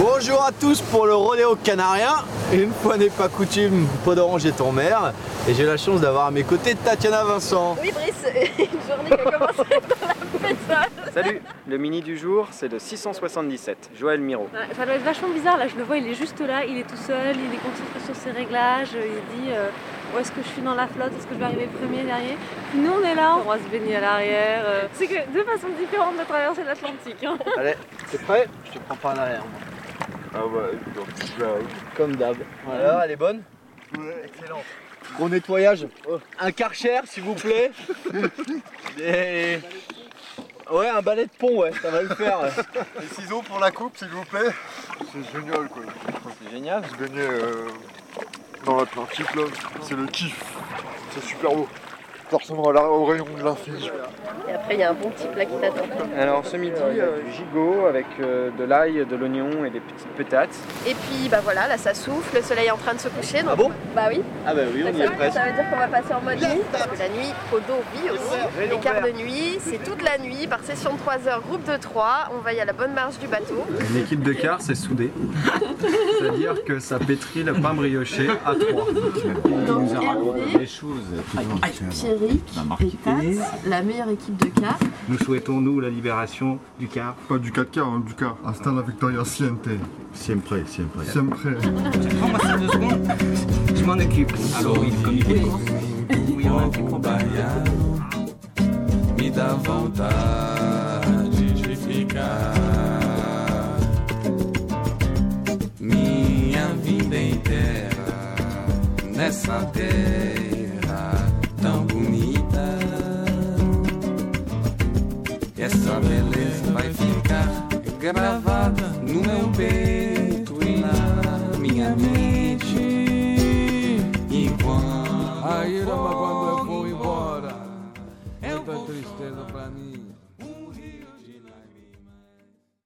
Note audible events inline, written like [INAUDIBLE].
Bonjour à tous pour le rodéo canarien. Une fois n'est pas coutume, pot d'orange est en mer. Et j'ai la chance d'avoir à mes côtés Tatiana Vincent. Oui, Brice, [LAUGHS] une journée qui a commencé dans la pétale. Salut, le mini du jour, c'est le 677, Joël Miro. Ouais, Bah, Ça doit être vachement bizarre là, je le vois, il est juste là, il est tout seul, il est concentré sur ses réglages, il dit euh, où est-ce que je suis dans la flotte, est-ce que je vais arriver premier, dernier. Nous on est là, on va se baigner à l'arrière. euh. C'est que deux façons différentes de traverser l'Atlantique. hein. Allez, t'es prêt Je te prends par l'arrière. moi. Ah bah, écoute, là, Comme d'hab. Voilà, elle est bonne hein. Excellente. Oh. Gros nettoyage. Un karcher, s'il vous [LAUGHS] plaît. Et- Ouais, un balai de pont, ouais, ça va le faire. ouais. Les ciseaux pour la coupe, s'il vous plaît. C'est génial, quoi. Oh, C'est génial. Se baigner euh, dans l'Atlantique, là, c'est le kiff. C'est super beau. Ça ressemble à la- au rayon de l'infini. Et après il y a un bon petit plat qui t'attend. Alors ce midi, euh, du gigot avec euh, de l'ail, de l'oignon et des petites patates. Et puis bah voilà, là ça souffle, le soleil est en train de se coucher. donc- Ah bon Bah oui. Ah bah oui, on y Donc, est ça, presque. ça veut dire qu'on va passer en mode nuit. Parce que la nuit, Podo vit aussi. Les quarts de nuit, c'est toute la nuit, par session de 3 heures, groupe de 3. On va y à la bonne marche du bateau. Une équipe de quarts, c'est soudé. C'est-à-dire que ça pétrit le pain brioché à trois. Pierrick et Tats, la meilleure équipe de quarts. Nous souhaitons, nous, la libération du quart. Pas du 4K, hein, du K. Hasta la victoria siente. Siempre, siempre. Siempre. Je m'en occupe. Alors, oui, comme il est. Me dá vontade de ficar minha vida inteira nessa terra tão bonita. E essa beleza vai ficar gravada no meu peito e na minha mente.